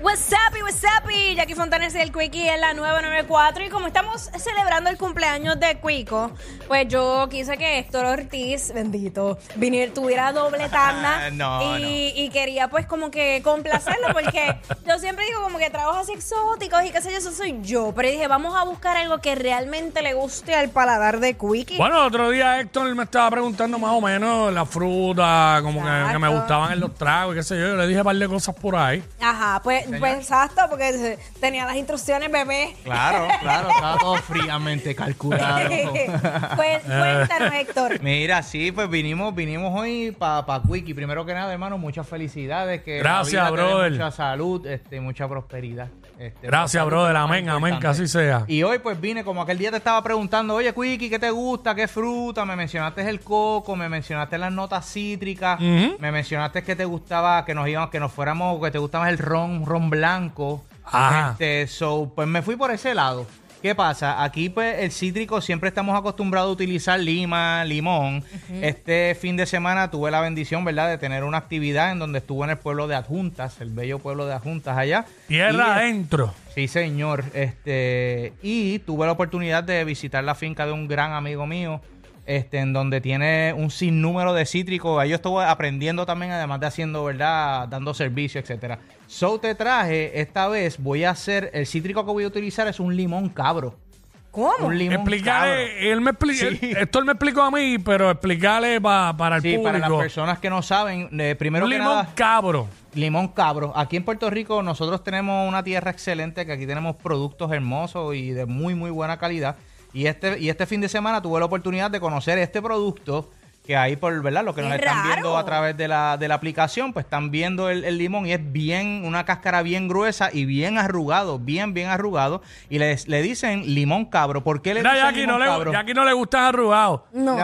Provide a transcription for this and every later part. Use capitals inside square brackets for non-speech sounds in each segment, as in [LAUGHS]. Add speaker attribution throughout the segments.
Speaker 1: What's up, y what's up, y Jackie Fontanes del Quickie en la 994. Y como estamos celebrando el cumpleaños de Cuico, pues yo quise que Héctor Ortiz, bendito, viniera, tuviera doble tanda.
Speaker 2: No,
Speaker 1: y,
Speaker 2: no.
Speaker 1: y quería, pues, como que complacerlo, porque yo siempre digo, como que trabajos así exóticos y qué sé yo, eso soy yo. Pero dije, vamos a buscar algo que realmente le guste al paladar de Quickie.
Speaker 3: Bueno, el otro día Héctor me estaba preguntando más o menos las frutas, como que, que me
Speaker 1: Exacto.
Speaker 3: gustaban en los tragos y qué sé yo. Yo le dije un par de cosas por ahí.
Speaker 1: Ajá, pues, pues exacto, porque eh, tenía las instrucciones, bebé.
Speaker 2: Claro,
Speaker 4: Claro, estaba todo
Speaker 1: [LAUGHS]
Speaker 4: fríamente calculado.
Speaker 1: pues cuéntanos,
Speaker 4: [LAUGHS]
Speaker 1: Héctor.
Speaker 2: Mira, sí, pues vinimos,
Speaker 4: Vinimos hoy para pa Quickie. Primero que nada, hermano, muchas felicidades. Que
Speaker 3: Gracias,
Speaker 4: la vida te dé
Speaker 3: brother.
Speaker 4: Mucha salud, este, mucha prosperidad. Este,
Speaker 3: Gracias,
Speaker 4: mucha salud,
Speaker 3: brother.
Speaker 4: que es lo más
Speaker 3: Amén, amén, que
Speaker 4: importante.
Speaker 3: así sea.
Speaker 4: Y hoy pues vine, como aquel día te estaba preguntando, oye Quickie, ¿qué te gusta? ¿Qué fruta? Me mencionaste el coco, me mencionaste las notas cítricas,
Speaker 3: Ujú.
Speaker 4: me mencionaste que te gustaba, que nos íbamos, que nos fuéramos, que te gustaba el ron, un ron blanco.
Speaker 3: Ajá.
Speaker 4: Este, so, pues me fui por ese lado. ¿Qué pasa? Aquí pues el cítrico siempre estamos acostumbrados a utilizar lima, limón. Este fin de semana tuve la bendición, ¿verdad?, de tener una actividad en donde estuve en el pueblo de Adjuntas, el bello pueblo de Adjuntas allá.
Speaker 3: Tierra
Speaker 4: Y, este,
Speaker 3: adentro.
Speaker 4: Sí, señor. Este, y tuve la oportunidad de visitar la finca de un gran amigo mío, este, en donde tiene un sinnúmero de cítricos. Ahí yo estuve aprendiendo también, además de haciendo, ¿verdad? Dando servicio, etcétera. So te traje, esta vez voy a hacer, el cítrico que voy a utilizar es un limón cabro.
Speaker 1: ¿Cómo?
Speaker 4: Un limón cabro.
Speaker 3: Explicarle, él me expli-
Speaker 4: Sí.
Speaker 3: él- Héctor me explicó a mí, pero explicarle pa- para el
Speaker 4: Sí, para las
Speaker 3: público.
Speaker 4: personas que no saben, eh, primero
Speaker 3: un
Speaker 4: que
Speaker 3: limón
Speaker 4: nada-
Speaker 3: cabro.
Speaker 4: Limón Cabro. Aquí en Puerto Rico nosotros tenemos una tierra excelente, que aquí tenemos productos hermosos y de muy, muy buena calidad. Y este, y este fin de semana tuve la oportunidad de conocer este producto, que ahí por, ¿verdad? Lo que
Speaker 1: ¡Qué
Speaker 4: nos están
Speaker 1: raro!
Speaker 4: viendo a través de la, de la aplicación, pues están viendo el, el limón y es bien, una cáscara bien gruesa y bien arrugado, bien, bien arrugado. Y les- le dicen limón cabro. ¿por qué le
Speaker 3: Mira,
Speaker 4: dicen
Speaker 3: Jackie no,
Speaker 4: limón
Speaker 3: le,
Speaker 4: cabro?
Speaker 3: Jackie no le gustan arrugados.
Speaker 1: No.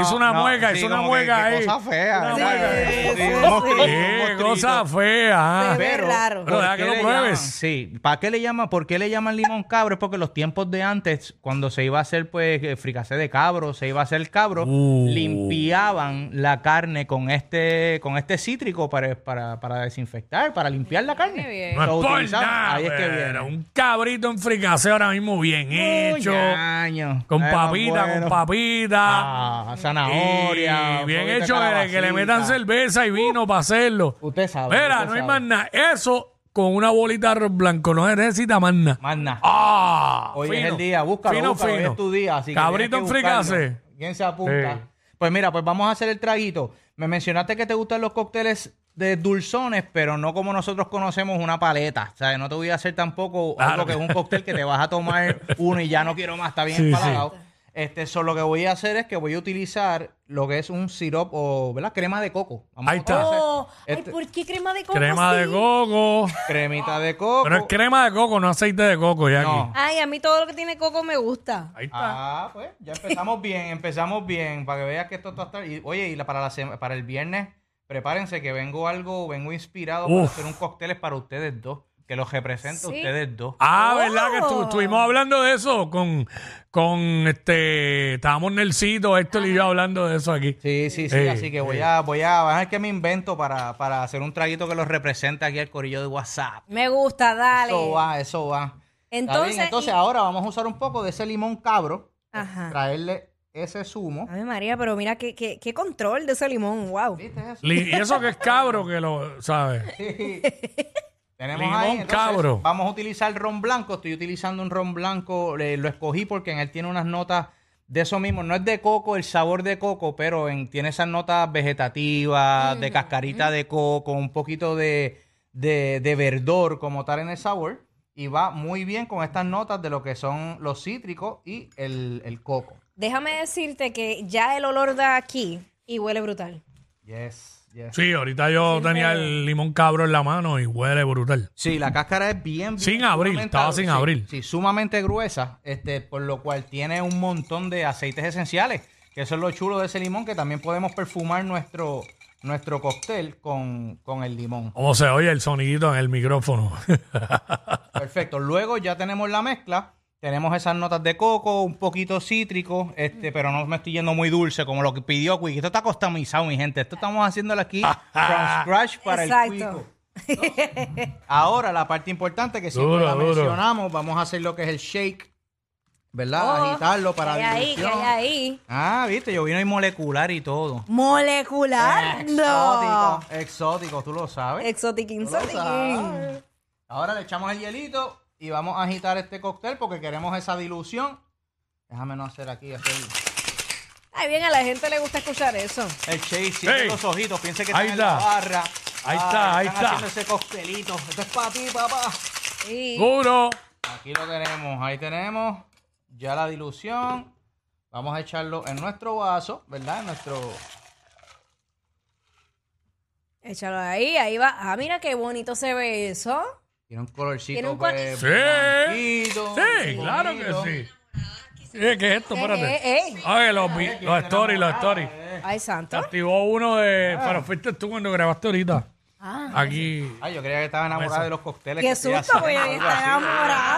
Speaker 3: Hizo una mueca,
Speaker 4: mueca,
Speaker 3: hizo una mueca ahí.
Speaker 4: Cosa fea.
Speaker 3: Una
Speaker 4: ¿verdad?
Speaker 1: mueca.
Speaker 4: Sí,
Speaker 1: Sí,
Speaker 4: sí,
Speaker 1: sí,
Speaker 4: mostrito,
Speaker 1: sí.
Speaker 3: Qué
Speaker 4: mostrito.
Speaker 3: cosa fea.
Speaker 1: Se
Speaker 3: ajá.
Speaker 1: ve raro.
Speaker 3: Pero
Speaker 4: ¿por
Speaker 3: deja que
Speaker 4: qué
Speaker 3: lo
Speaker 4: le
Speaker 3: pruebes.
Speaker 4: llaman? Sí, ¿para qué le llaman? ¿Por qué le llaman limón cabro? Es porque los tiempos de antes, cuando se iba a hacer pues eh, fricasé de cabro, se iba a hacer cabro,
Speaker 3: Uh.
Speaker 4: limpiaban la carne con este con este cítrico para, para, para desinfectar, para limpiar la carne.
Speaker 1: Qué bien.
Speaker 3: No es
Speaker 4: Lo
Speaker 3: por
Speaker 4: utilizaban.
Speaker 3: nada,
Speaker 4: Ahí es que
Speaker 3: pero
Speaker 4: viene.
Speaker 3: un cabrito en fricase ahora mismo bien hecho.
Speaker 4: Coñaño.
Speaker 3: Con
Speaker 4: Ay, más
Speaker 3: papita,
Speaker 4: bueno.
Speaker 3: con papita.
Speaker 4: Ah, zanahoria.
Speaker 3: Y
Speaker 4: un
Speaker 3: bien
Speaker 4: poquito de
Speaker 3: hecho que le, que le
Speaker 4: calabacita. Uh,
Speaker 3: metan cerveza y vino para hacerlo.
Speaker 4: Usted sabe.
Speaker 3: Mira,
Speaker 4: usted
Speaker 3: no hay
Speaker 4: sabe.
Speaker 3: más nada. Eso con una bolita de arroz blanco no se necesita más nada.
Speaker 4: Más nada.
Speaker 3: ¡Ah!
Speaker 4: Hoy es
Speaker 3: fino.
Speaker 4: el día, búscalo,
Speaker 3: Fino,
Speaker 4: búscalo, hoy
Speaker 3: fino.
Speaker 4: es tu día. Así que
Speaker 3: Cabrito en
Speaker 4: tienes que buscarlo.
Speaker 3: fricase.
Speaker 4: ¿Quién se apunta?
Speaker 3: Sí.
Speaker 4: Pues mira, pues vamos a hacer el traguito. Me mencionaste que te gustan los cócteles de dulzones, pero no como nosotros conocemos una paleta. O sea, no te voy a hacer tampoco
Speaker 3: Claro.
Speaker 4: algo que es un cóctel que te vas a
Speaker 3: [LAUGHS]
Speaker 4: tomar uno y ya no quiero más, está bien
Speaker 3: Sí,
Speaker 4: empalagado. Este, solo lo que voy a hacer es que voy a utilizar lo que es un sirope o, ¿verdad? Crema de coco. Vamos
Speaker 3: Ahí
Speaker 4: a
Speaker 3: está.
Speaker 4: utilizar
Speaker 1: Oh, ay,
Speaker 4: este-
Speaker 1: ¿por qué crema de coco?
Speaker 3: Crema de
Speaker 1: así?
Speaker 3: coco.
Speaker 4: cremita de coco.
Speaker 3: Pero es crema de coco, no aceite de coco, Jackie.
Speaker 4: No.
Speaker 1: Ay, a mí todo lo que tiene coco me gusta.
Speaker 3: Ahí está.
Speaker 4: Ah, pues
Speaker 1: [LAUGHS]
Speaker 4: ya empezamos bien, empezamos bien, para que veas que esto está... hasta- y, oye, y la- para, la sema- para el viernes, prepárense que vengo algo, vengo inspirado para
Speaker 3: Uf.
Speaker 4: hacer un cócteles para ustedes dos, que los represento a
Speaker 1: Sí.
Speaker 4: ustedes dos.
Speaker 3: Ah,
Speaker 1: Oh.
Speaker 3: ¿verdad? Que estu- estuvimos hablando de eso con, con este. Estábamos Nelsito, Héctor y yo hablando de eso aquí.
Speaker 4: Sí, sí, sí,
Speaker 3: Sí,
Speaker 4: así que voy
Speaker 3: sí.
Speaker 4: a, voy a bajar que me invento para, para hacer un traguito que los represente aquí al corillo de WhatsApp.
Speaker 1: Me gusta, dale.
Speaker 4: Eso va, eso va. Está bien,
Speaker 1: Entonces,
Speaker 4: entonces
Speaker 1: y-
Speaker 4: ahora vamos a usar un poco de ese limón cabro,
Speaker 1: Ajá. Ah.
Speaker 4: traerle ese zumo.
Speaker 1: Ay, María, pero mira qué, qué, qué control de ese limón, wow.
Speaker 4: ¿Viste eso?
Speaker 3: Li- Y eso que es cabro que lo, ¿sabes? [LAUGHS]
Speaker 4: Tenemos
Speaker 3: Limón
Speaker 4: ahí, entonces,
Speaker 3: cabro.
Speaker 4: Vamos a utilizar ron blanco. Estoy utilizando un ron blanco. le- lo escogí porque en él tiene unas notas de eso mismo. No es de coco, el sabor de coco, pero en- tiene esas notas vegetativas, de cascarita de coco, un poquito de, de, de verdor como tal en el sabor. Y va muy bien con estas notas de lo que son los cítricos y el, el coco.
Speaker 1: Déjame decirte que ya el olor da aquí y huele brutal.
Speaker 4: Yes, yes.
Speaker 3: Sí, ahorita yo tenía el limón cabro en la mano y huele brutal.
Speaker 4: Sí, la cáscara es bien, bien-
Speaker 3: Sin abrir,
Speaker 4: sumamente
Speaker 3: estaba sin
Speaker 4: sí,
Speaker 3: abrir.
Speaker 4: Sí, sumamente gruesa, este, por lo cual tiene un montón de aceites esenciales, que eso es lo chulo de ese limón, que también podemos perfumar nuestro, nuestro cóctel con, con el limón.
Speaker 3: ¿Cómo se oye el sonidito en el micrófono? [LAUGHS]
Speaker 4: Perfecto. Luego ya tenemos la mezcla. Tenemos esas notas de coco, un poquito cítrico, este, pero no me estoy yendo muy dulce como lo que
Speaker 3: [LAUGHS]
Speaker 4: pidió Quick. Esto está customizado, mi gente. Esto estamos haciéndolo aquí from scratch para
Speaker 1: Exacto.
Speaker 4: el Quico. Ahora, la parte importante que siempre
Speaker 3: Duro,
Speaker 4: la
Speaker 3: duro.
Speaker 4: mencionamos, vamos a hacer lo que es el shake, ¿verdad?
Speaker 1: Oh,
Speaker 4: Agitarlo para
Speaker 1: ¿Qué hay ahí? ¿Qué
Speaker 4: dilución.
Speaker 1: hay ahí?
Speaker 4: Ah, viste, yo vino y molecular y todo.
Speaker 1: Molecular. No.
Speaker 4: Exótico, exótico, tú lo sabes.
Speaker 1: Exotiquín,
Speaker 4: Tú lo
Speaker 1: exotiquín.
Speaker 4: sabes. Ahora le echamos el hielito y vamos a agitar este cóctel porque queremos esa dilución. Déjame no hacer aquí, hacer
Speaker 1: Ay, bien, a la gente le gusta escuchar eso.
Speaker 4: el shake. Cierre
Speaker 3: Ey.
Speaker 4: los ojitos, piense que
Speaker 3: Ahí
Speaker 4: están en la
Speaker 3: está.
Speaker 4: barra.
Speaker 3: Ahí está, ahí
Speaker 4: están
Speaker 3: está.
Speaker 4: haciendo ese coctelito. Esto es para ti, papá.
Speaker 1: Sí.
Speaker 3: Duro.
Speaker 4: Aquí lo tenemos, ahí tenemos ya la dilución. Vamos a echarlo en nuestro vaso, ¿verdad? En nuestro...
Speaker 1: Échalo ahí, ahí va. Ah, mira qué bonito se ve eso.
Speaker 4: Tiene un colorcito
Speaker 1: Tiene un
Speaker 4: pues,
Speaker 3: Sí.
Speaker 4: blanquito,
Speaker 3: Sí, claro
Speaker 4: bonito.
Speaker 3: que sí. Eh, ¿Qué es esto?
Speaker 1: ¿Qué
Speaker 3: Espérate.
Speaker 1: es? Ey.
Speaker 3: Ay, los, vi- los stories, los stories.
Speaker 1: Ay,
Speaker 3: Te
Speaker 1: santo.
Speaker 3: activó uno de. Pero fuiste tú cuando grabaste ahorita.
Speaker 1: Ah.
Speaker 3: Aquí.
Speaker 4: Ay, yo creía que estaba enamorada de los cócteles.
Speaker 1: Qué
Speaker 4: que estoy
Speaker 1: susto, porque
Speaker 4: haciendo,
Speaker 1: está
Speaker 4: algo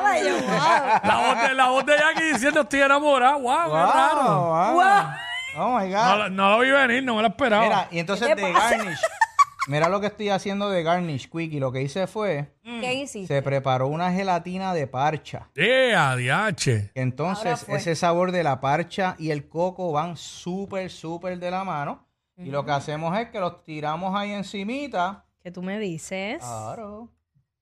Speaker 4: así.
Speaker 1: enamorada. y Yo,
Speaker 4: [LAUGHS]
Speaker 1: wow.
Speaker 3: La voz de, la voz de Jackie diciendo estoy enamorada. Wow, qué
Speaker 4: Wow,
Speaker 3: raro.
Speaker 4: wow.
Speaker 1: Wow.
Speaker 4: Oh my
Speaker 3: No,
Speaker 4: God.
Speaker 3: la- no la vi venir, no me la esperaba.
Speaker 4: Mira, y entonces
Speaker 1: ¿Qué te
Speaker 4: de
Speaker 1: pasa?
Speaker 4: garnish. Mira lo que estoy haciendo de garnish, Quickie. Lo que hice fue,
Speaker 1: ¿Qué hiciste?
Speaker 4: se preparó una gelatina de parcha.
Speaker 3: Yeah, diache.
Speaker 1: Ahora
Speaker 4: Entonces,
Speaker 1: fue.
Speaker 4: ese sabor de la parcha y el coco van súper, súper de la mano. Y lo que hacemos es que los tiramos ahí encimita.
Speaker 1: ¿Qué tú me dices?
Speaker 4: Claro.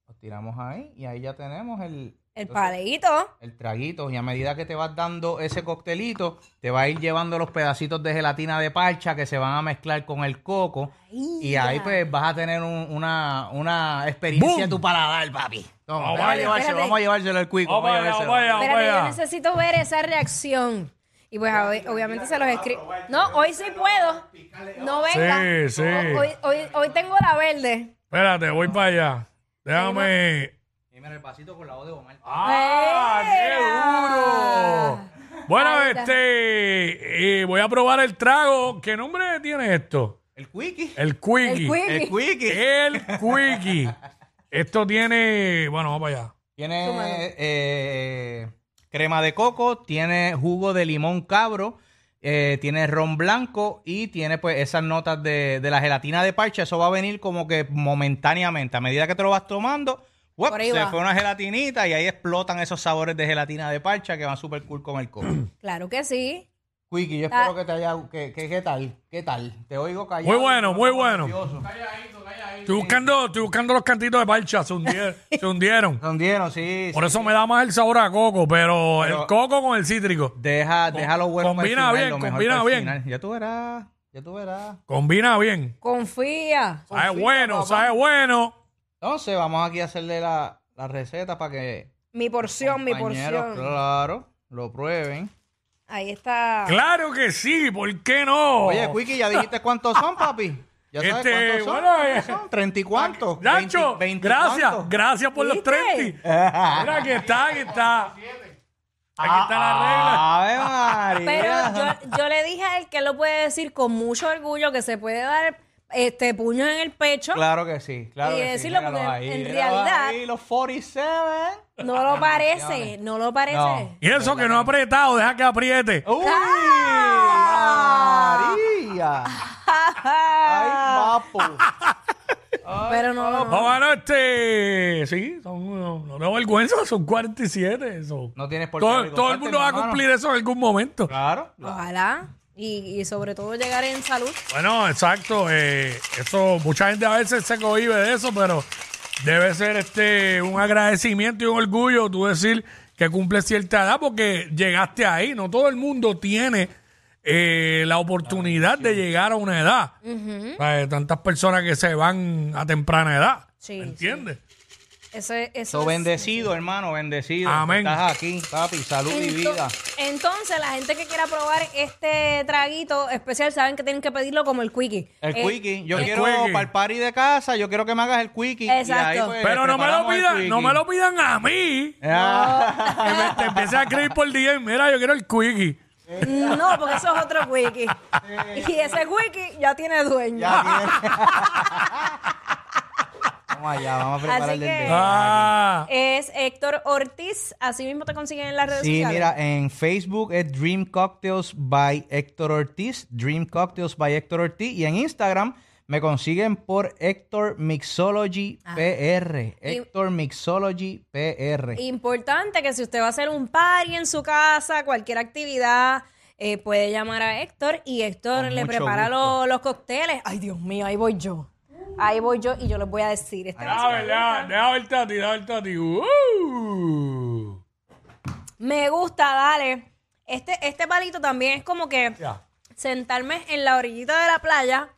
Speaker 4: Los tiramos ahí y ahí ya tenemos el,
Speaker 1: El
Speaker 4: entonces,
Speaker 1: paleíto.
Speaker 4: el traguito. Y a medida que te vas dando ese coctelito, te va a ir llevando los pedacitos de gelatina de parcha que se van a mezclar con el coco. Y ahí pues vas a tener un- una, una experiencia
Speaker 3: ¡Bum!
Speaker 4: en tu paladar, papi. Toma,
Speaker 3: Oh,
Speaker 4: vamos, a
Speaker 3: vaya.
Speaker 4: llevárselo,
Speaker 1: Espérate.
Speaker 4: vamos a llevárselo al cuico.
Speaker 3: Oh,
Speaker 4: vamos a
Speaker 3: vaya, oh,
Speaker 4: llevárselo.
Speaker 3: vaya, oh,
Speaker 1: Espérate, yo
Speaker 3: vaya.
Speaker 1: necesito ver esa reacción. Y pues ob- obviamente se los escribo. No, hoy sí puedo. No venga.
Speaker 3: Sí, sí.
Speaker 1: No, Hoy, hoy- hoy tengo la verde.
Speaker 3: Espérate, voy para allá. Déjame.
Speaker 4: Y mira el vasito con la voz de Omar.
Speaker 3: ¡Ah,
Speaker 1: ¡Era!
Speaker 3: qué duro! Bueno,
Speaker 1: Ahí está.
Speaker 3: este, eh, voy a probar el trago. ¿Qué nombre tiene esto?
Speaker 4: El quickie.
Speaker 3: El Quickie.
Speaker 1: El Quickie.
Speaker 4: El [LAUGHS] quickie.
Speaker 3: El Quickie. Esto tiene, bueno, vamos para allá.
Speaker 1: Súmalo.
Speaker 4: Tiene eh, crema de coco, tiene jugo de limón cabro, eh, tiene ron blanco y tiene pues esas notas de, de la gelatina de parcha. Eso va a venir como que momentáneamente. A medida que te lo vas tomando, ¡guap!
Speaker 1: Por ahí
Speaker 4: se
Speaker 1: va.
Speaker 4: fue una gelatinita y ahí explotan esos sabores de gelatina de parcha que van súper cool con el
Speaker 3: [CLEARS THROAT]
Speaker 4: coco.
Speaker 1: Claro que sí.
Speaker 4: Quickie, yo
Speaker 1: Ah.
Speaker 4: espero que te haya... Que, que- ¿Qué tal? ¿Qué tal? Te oigo callado.
Speaker 3: Muy bueno, muy bueno.
Speaker 4: Nervioso.
Speaker 3: Estoy buscando, estoy buscando los cantitos de parcha, se hundieron. se hundieron.
Speaker 4: Rondieron, sí.
Speaker 3: Por
Speaker 4: sí.
Speaker 3: eso me da más el sabor a coco, pero, el
Speaker 4: Pero-
Speaker 3: coco con el cítrico.
Speaker 4: Deja,
Speaker 3: Com-
Speaker 4: deja lo bueno para el
Speaker 3: combina
Speaker 4: final,
Speaker 3: bien,
Speaker 4: lo mejor
Speaker 3: combina
Speaker 4: para el
Speaker 3: bien.
Speaker 4: final. Ya tú verás, ya tú verás.
Speaker 3: Combina bien.
Speaker 1: Confía.
Speaker 3: Sabe
Speaker 4: Confía,
Speaker 3: bueno,
Speaker 4: papá.
Speaker 3: sabe bueno.
Speaker 4: Entonces, vamos aquí a hacerle la, la receta para que
Speaker 1: Mi porción, mi
Speaker 4: compañeros,
Speaker 1: porción.
Speaker 4: claro, lo prueben.
Speaker 1: Ahí está.
Speaker 3: Claro que sí, ¿por qué no?
Speaker 4: Oye, Quickie, ¿ya dijiste cuántos son, papi? ¿Ya sabes
Speaker 3: Oh. Este,
Speaker 4: cuántos son?
Speaker 3: bueno,
Speaker 4: ¿Cuántos
Speaker 3: eh,
Speaker 4: son? ¿Treinta y cuántos?
Speaker 3: Nacho,
Speaker 4: ¿Veinti- veinti
Speaker 3: gracias,
Speaker 4: cuántos?
Speaker 3: gracias por los
Speaker 1: ¿Viste?
Speaker 3: 30. Mira, aquí está, aquí está. Aquí está la regla.
Speaker 4: Ah, Ave
Speaker 1: Pero
Speaker 4: María.
Speaker 1: yo, yo le dije a él que él lo puede decir con mucho orgullo, que se puede dar este puño en el pecho.
Speaker 4: Claro que sí, claro
Speaker 1: Y
Speaker 4: que sí,
Speaker 1: decirlo,
Speaker 4: míralos
Speaker 1: porque
Speaker 4: ahí,
Speaker 1: en
Speaker 4: míralos
Speaker 1: realidad-
Speaker 4: ahí, los 47.
Speaker 1: No
Speaker 4: [LAUGHS]
Speaker 1: lo parece, no lo parece.
Speaker 4: No.
Speaker 3: Y eso que no ha apretado, deja que apriete.
Speaker 1: ¡Ah!
Speaker 4: ¡Uy!
Speaker 1: [LAUGHS]
Speaker 4: ¡María! ¡Ay, papo!
Speaker 1: Pero no, no, no.
Speaker 3: No, bueno, este. Sí, son, no, no tengo vergüenza, son 47. Eso.
Speaker 4: No tienes por qué
Speaker 3: todo, todo el
Speaker 4: avergonzarte,
Speaker 3: mundo
Speaker 4: mi
Speaker 3: va a
Speaker 4: hermano.
Speaker 3: cumplir eso en algún momento.
Speaker 4: Claro.
Speaker 1: Ojalá. Y, y sobre todo llegar en salud.
Speaker 3: Bueno, exacto. eh, eso, mucha gente a veces se cohibe de eso, pero debe ser este un agradecimiento y un orgullo tú decir que cumples cierta edad porque llegaste ahí. No todo el mundo tiene eh, la oportunidad de llegar a una edad. O sea, hay tantas personas que se van a temprana edad.
Speaker 1: Sí,
Speaker 3: ¿Me entiendes?
Speaker 1: Eso, es- eso
Speaker 4: So,
Speaker 1: es-
Speaker 4: bendecido, hermano, bendecido.
Speaker 3: Amén.
Speaker 4: Estás aquí, papi. Salud y
Speaker 1: Ento-
Speaker 4: vida.
Speaker 1: Entonces, la gente que quiera probar este traguito especial, saben que tienen que pedirlo como el quickie.
Speaker 4: El
Speaker 1: Eh,
Speaker 4: quickie. Yo
Speaker 3: el
Speaker 4: quiero
Speaker 3: quickie.
Speaker 4: para el party de casa, yo quiero que me hagas el quickie. pues,
Speaker 1: Exacto.
Speaker 3: Pero no me lo pidan, no me lo pidan a mí.
Speaker 1: [LAUGHS]
Speaker 4: pidan.
Speaker 3: Que me- te empieces a escribir por DM. Mira, yo quiero el quickie.
Speaker 1: No, porque eso es otro
Speaker 4: [LAUGHS]
Speaker 1: quickie. y ese quickie ya tiene dueño.
Speaker 4: Vamos allá, vamos a
Speaker 1: Así
Speaker 4: prepararle
Speaker 1: que-
Speaker 4: el dedo.
Speaker 3: Ah.
Speaker 1: Es Héctor Ortiz. Así mismo te consiguen en las redes
Speaker 4: Sí,
Speaker 1: sociales.
Speaker 4: mira, en Facebook es Dream Cocktails by Héctor Ortiz, Dream Cocktails by Héctor Ortiz, y en Instagram Me consiguen por Héctor Mixology
Speaker 1: Ah.
Speaker 4: PR. Héctor Mixology PR.
Speaker 1: Importante que si usted va a hacer un party en su casa, cualquier actividad, eh, puede llamar a Héctor y Héctor
Speaker 4: Con
Speaker 1: le
Speaker 4: mucho
Speaker 1: prepara lo-
Speaker 4: gusto.
Speaker 1: los cócteles. Ay, Dios mío, ahí voy yo. Ahí voy yo y yo les voy a decir. este Esta
Speaker 3: Deja ver, deja, deja verte a ti, deja verte a ti. Uh.
Speaker 1: Me gusta, dale. Este, este palito también es como que
Speaker 3: Ya.
Speaker 1: sentarme en la orillita de la playa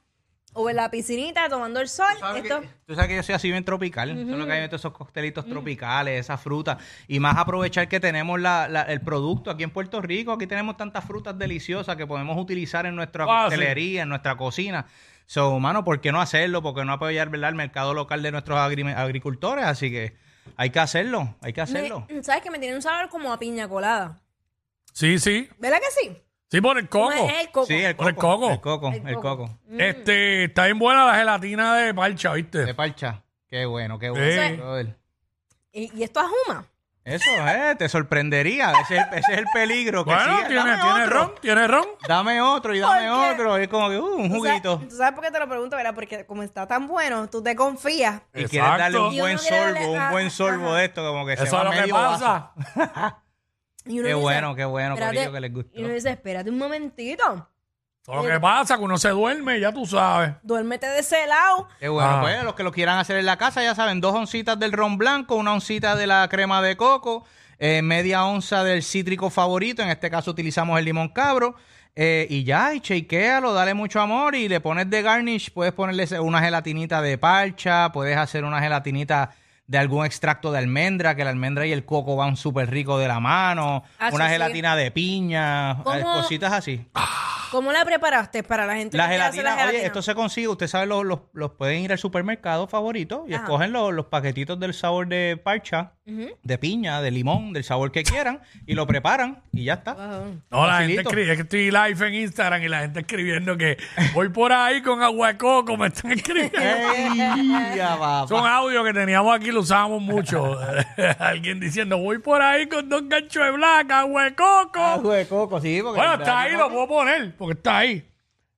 Speaker 1: o en la piscinita tomando el sol.
Speaker 4: sabes
Speaker 1: Esto-
Speaker 4: que- tú sabes que yo soy así bien tropical. Eso es lo que hay de todos esos coctelitos tropicales, esas frutas. Y más aprovechar que tenemos la- la- el producto aquí en Puerto Rico. Aquí tenemos tantas frutas deliciosas que podemos utilizar en nuestra
Speaker 3: Ah, sí.
Speaker 4: coctelería, en nuestra cocina. So, humano, ¿por qué no hacerlo? ¿Por qué no apoyar ¿verdad? el mercado local de nuestros agri- agricultores? Así que hay que hacerlo, hay que
Speaker 1: me-
Speaker 4: hacerlo.
Speaker 1: ¿Sabes que me tiene un sabor como a piña colada?
Speaker 3: Sí, sí.
Speaker 1: ¿Verdad que sí?
Speaker 3: Sí, por el coco.
Speaker 1: Es el coco. Mm.
Speaker 4: Sí, el
Speaker 3: Por el
Speaker 4: coco.
Speaker 3: coco.
Speaker 4: El coco,
Speaker 1: El
Speaker 4: el
Speaker 1: coco.
Speaker 4: coco.
Speaker 3: Este, está bien buena la gelatina de parcha,
Speaker 4: De
Speaker 3: ¿viste?
Speaker 4: parcha. Qué bueno, qué
Speaker 3: Eso
Speaker 4: bueno.
Speaker 3: es-
Speaker 4: brother.
Speaker 1: Y, y esto ajuma.
Speaker 4: Eso, eh, te sorprendería. Ese es el, ese es el peligro. Que
Speaker 3: Bueno,
Speaker 4: sí,
Speaker 3: tiene,
Speaker 4: dame
Speaker 3: tiene
Speaker 4: otro.
Speaker 3: ron, tiene ron.
Speaker 4: Dame otro y dame
Speaker 1: ¿Por qué?
Speaker 4: otro. Es como que, uh, un
Speaker 1: Tú sabes-
Speaker 4: juguito.
Speaker 1: ¿Tú sabes, por qué te lo pregunto? ¿verdad? Porque como está tan bueno, tú te confías.
Speaker 4: Y
Speaker 3: Exacto.
Speaker 4: quieres darle un
Speaker 1: Y uno
Speaker 4: buen
Speaker 1: quiere darle-
Speaker 4: sorbo,
Speaker 1: ah,
Speaker 4: un buen sorbo
Speaker 1: ajá.
Speaker 4: de esto, como que
Speaker 3: Eso
Speaker 4: se
Speaker 3: es
Speaker 4: va
Speaker 3: lo que
Speaker 4: medio vaso.
Speaker 3: pasa.
Speaker 1: Y uno dice,
Speaker 4: Qué bueno, qué bueno,
Speaker 1: espérate,
Speaker 4: corillo, que les gustó.
Speaker 1: Y uno dice, espérate un momentito.
Speaker 3: Eso es Lo que pasa que uno se duerme, ya tú sabes.
Speaker 1: Duérmete de ese lado.
Speaker 4: Qué bueno,
Speaker 3: Ah.
Speaker 4: pues los que lo quieran hacer en la casa, ya saben, dos oncitas del ron blanco, una oncita de la crema de coco, eh, media onza del cítrico favorito, en este caso utilizamos el limón cabro, eh, y ya, y chequealo, dale mucho amor y le pones de garnish, puedes ponerle se- una gelatinita de parcha, puedes hacer una gelatinita de algún extracto de almendra, que la almendra y el coco van súper rico de la mano,
Speaker 1: Ah, sí,
Speaker 4: una
Speaker 1: sí.
Speaker 4: gelatina de piña, eh,
Speaker 1: ¿Cómo-
Speaker 4: cositas así.
Speaker 1: ¿Cómo la preparaste para la gente
Speaker 4: La
Speaker 1: que quiere hacer
Speaker 4: gelatina,
Speaker 1: la gelatina?
Speaker 4: oye, esto se consigue. Ustedes saben, los, los, los pueden ir al supermercado favorito y
Speaker 1: Ajá.
Speaker 4: escogen los, los paquetitos del sabor de parcha, de piña, de limón, del sabor que quieran y lo preparan y
Speaker 1: [LAUGHS]
Speaker 4: ya está.
Speaker 1: Wow.
Speaker 3: No, la gente
Speaker 4: Facilito.
Speaker 3: escribe, es que estoy live en Instagram y la gente escribiendo que voy por ahí con agua de coco, me están escribiendo.
Speaker 4: ¡Ey, ya, papá!
Speaker 3: Son audios que teníamos aquí, lo usábamos mucho. [LAUGHS] Alguien diciendo, voy por ahí con dos ganchos de blanca, agua de coco.
Speaker 4: Ah, güey, coco, sí, porque-
Speaker 3: bueno, está ahí, lo puedo poner, porque está ahí.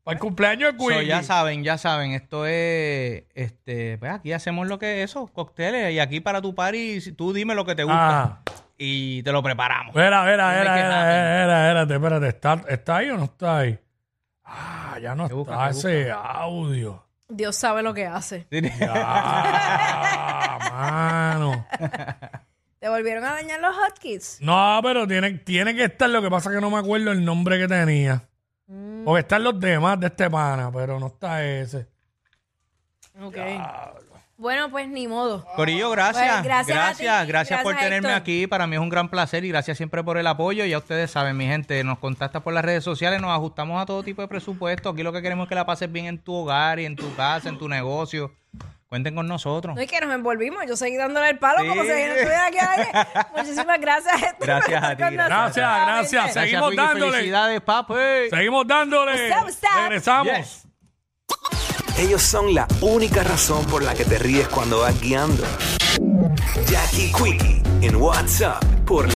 Speaker 3: Para el cumpleaños de
Speaker 4: So,
Speaker 3: Quickie.
Speaker 4: ya saben, ya saben, esto es, este, pues aquí hacemos lo que es eso, cócteles, y aquí para tu party, si- tú dime lo que te gusta
Speaker 3: Ah,
Speaker 4: y te lo preparamos.
Speaker 3: espera, espera,
Speaker 4: Tiene
Speaker 3: espera,
Speaker 4: que
Speaker 3: espera, espera, espérate, espérate. ¿Está, ¿Está ahí o no está ahí? Ah, ya no
Speaker 4: Te busca,
Speaker 3: está
Speaker 4: te
Speaker 3: ese audio.
Speaker 1: Dios sabe lo que hace.
Speaker 4: [LAUGHS]
Speaker 3: Ah, mano.
Speaker 1: ¿Te volvieron a dañar los hotkeys?
Speaker 3: No, pero tiene, tiene que estar. Lo que pasa es que no me acuerdo el nombre que tenía. Porque están los demás de este pana, pero no está ese.
Speaker 1: Ok. Bueno, pues ni modo.
Speaker 4: Corillo, gracias.
Speaker 1: Pues, gracias
Speaker 4: gracias,
Speaker 1: a
Speaker 4: gracias,
Speaker 1: ti, gracias,
Speaker 4: por tenerme
Speaker 1: Héctor.
Speaker 4: aquí. Para mí es un gran placer y gracias siempre por el apoyo. Ya ustedes saben, mi gente, nos contacta por las redes sociales, nos ajustamos a todo tipo de presupuesto. Aquí lo que queremos es que la pases bien en tu hogar y en tu casa, en tu negocio. Cuenten con nosotros.
Speaker 1: No es que nos envolvimos. Yo seguí dándole el palo
Speaker 4: Sí.
Speaker 1: como si yo no estuviera aquí.
Speaker 4: [LAUGHS]
Speaker 1: Oye, Muchísimas gracias. Héctor,
Speaker 4: Gracias
Speaker 1: por
Speaker 4: a
Speaker 1: estar
Speaker 4: ti,
Speaker 1: con
Speaker 4: gracias.
Speaker 1: nosotros
Speaker 3: Gracias,
Speaker 1: nuevamente.
Speaker 3: gracias.
Speaker 4: Gracias,
Speaker 3: seguimos
Speaker 4: Twiggy.
Speaker 3: dándole.
Speaker 4: Felicidades, papi.
Speaker 3: Seguimos dándole.
Speaker 1: What's up, what's up?
Speaker 3: Regresamos.
Speaker 4: Yes.
Speaker 2: Ellos son la única razón por la que te ríes cuando vas guiando. Jackie Quickie en WhatsApp por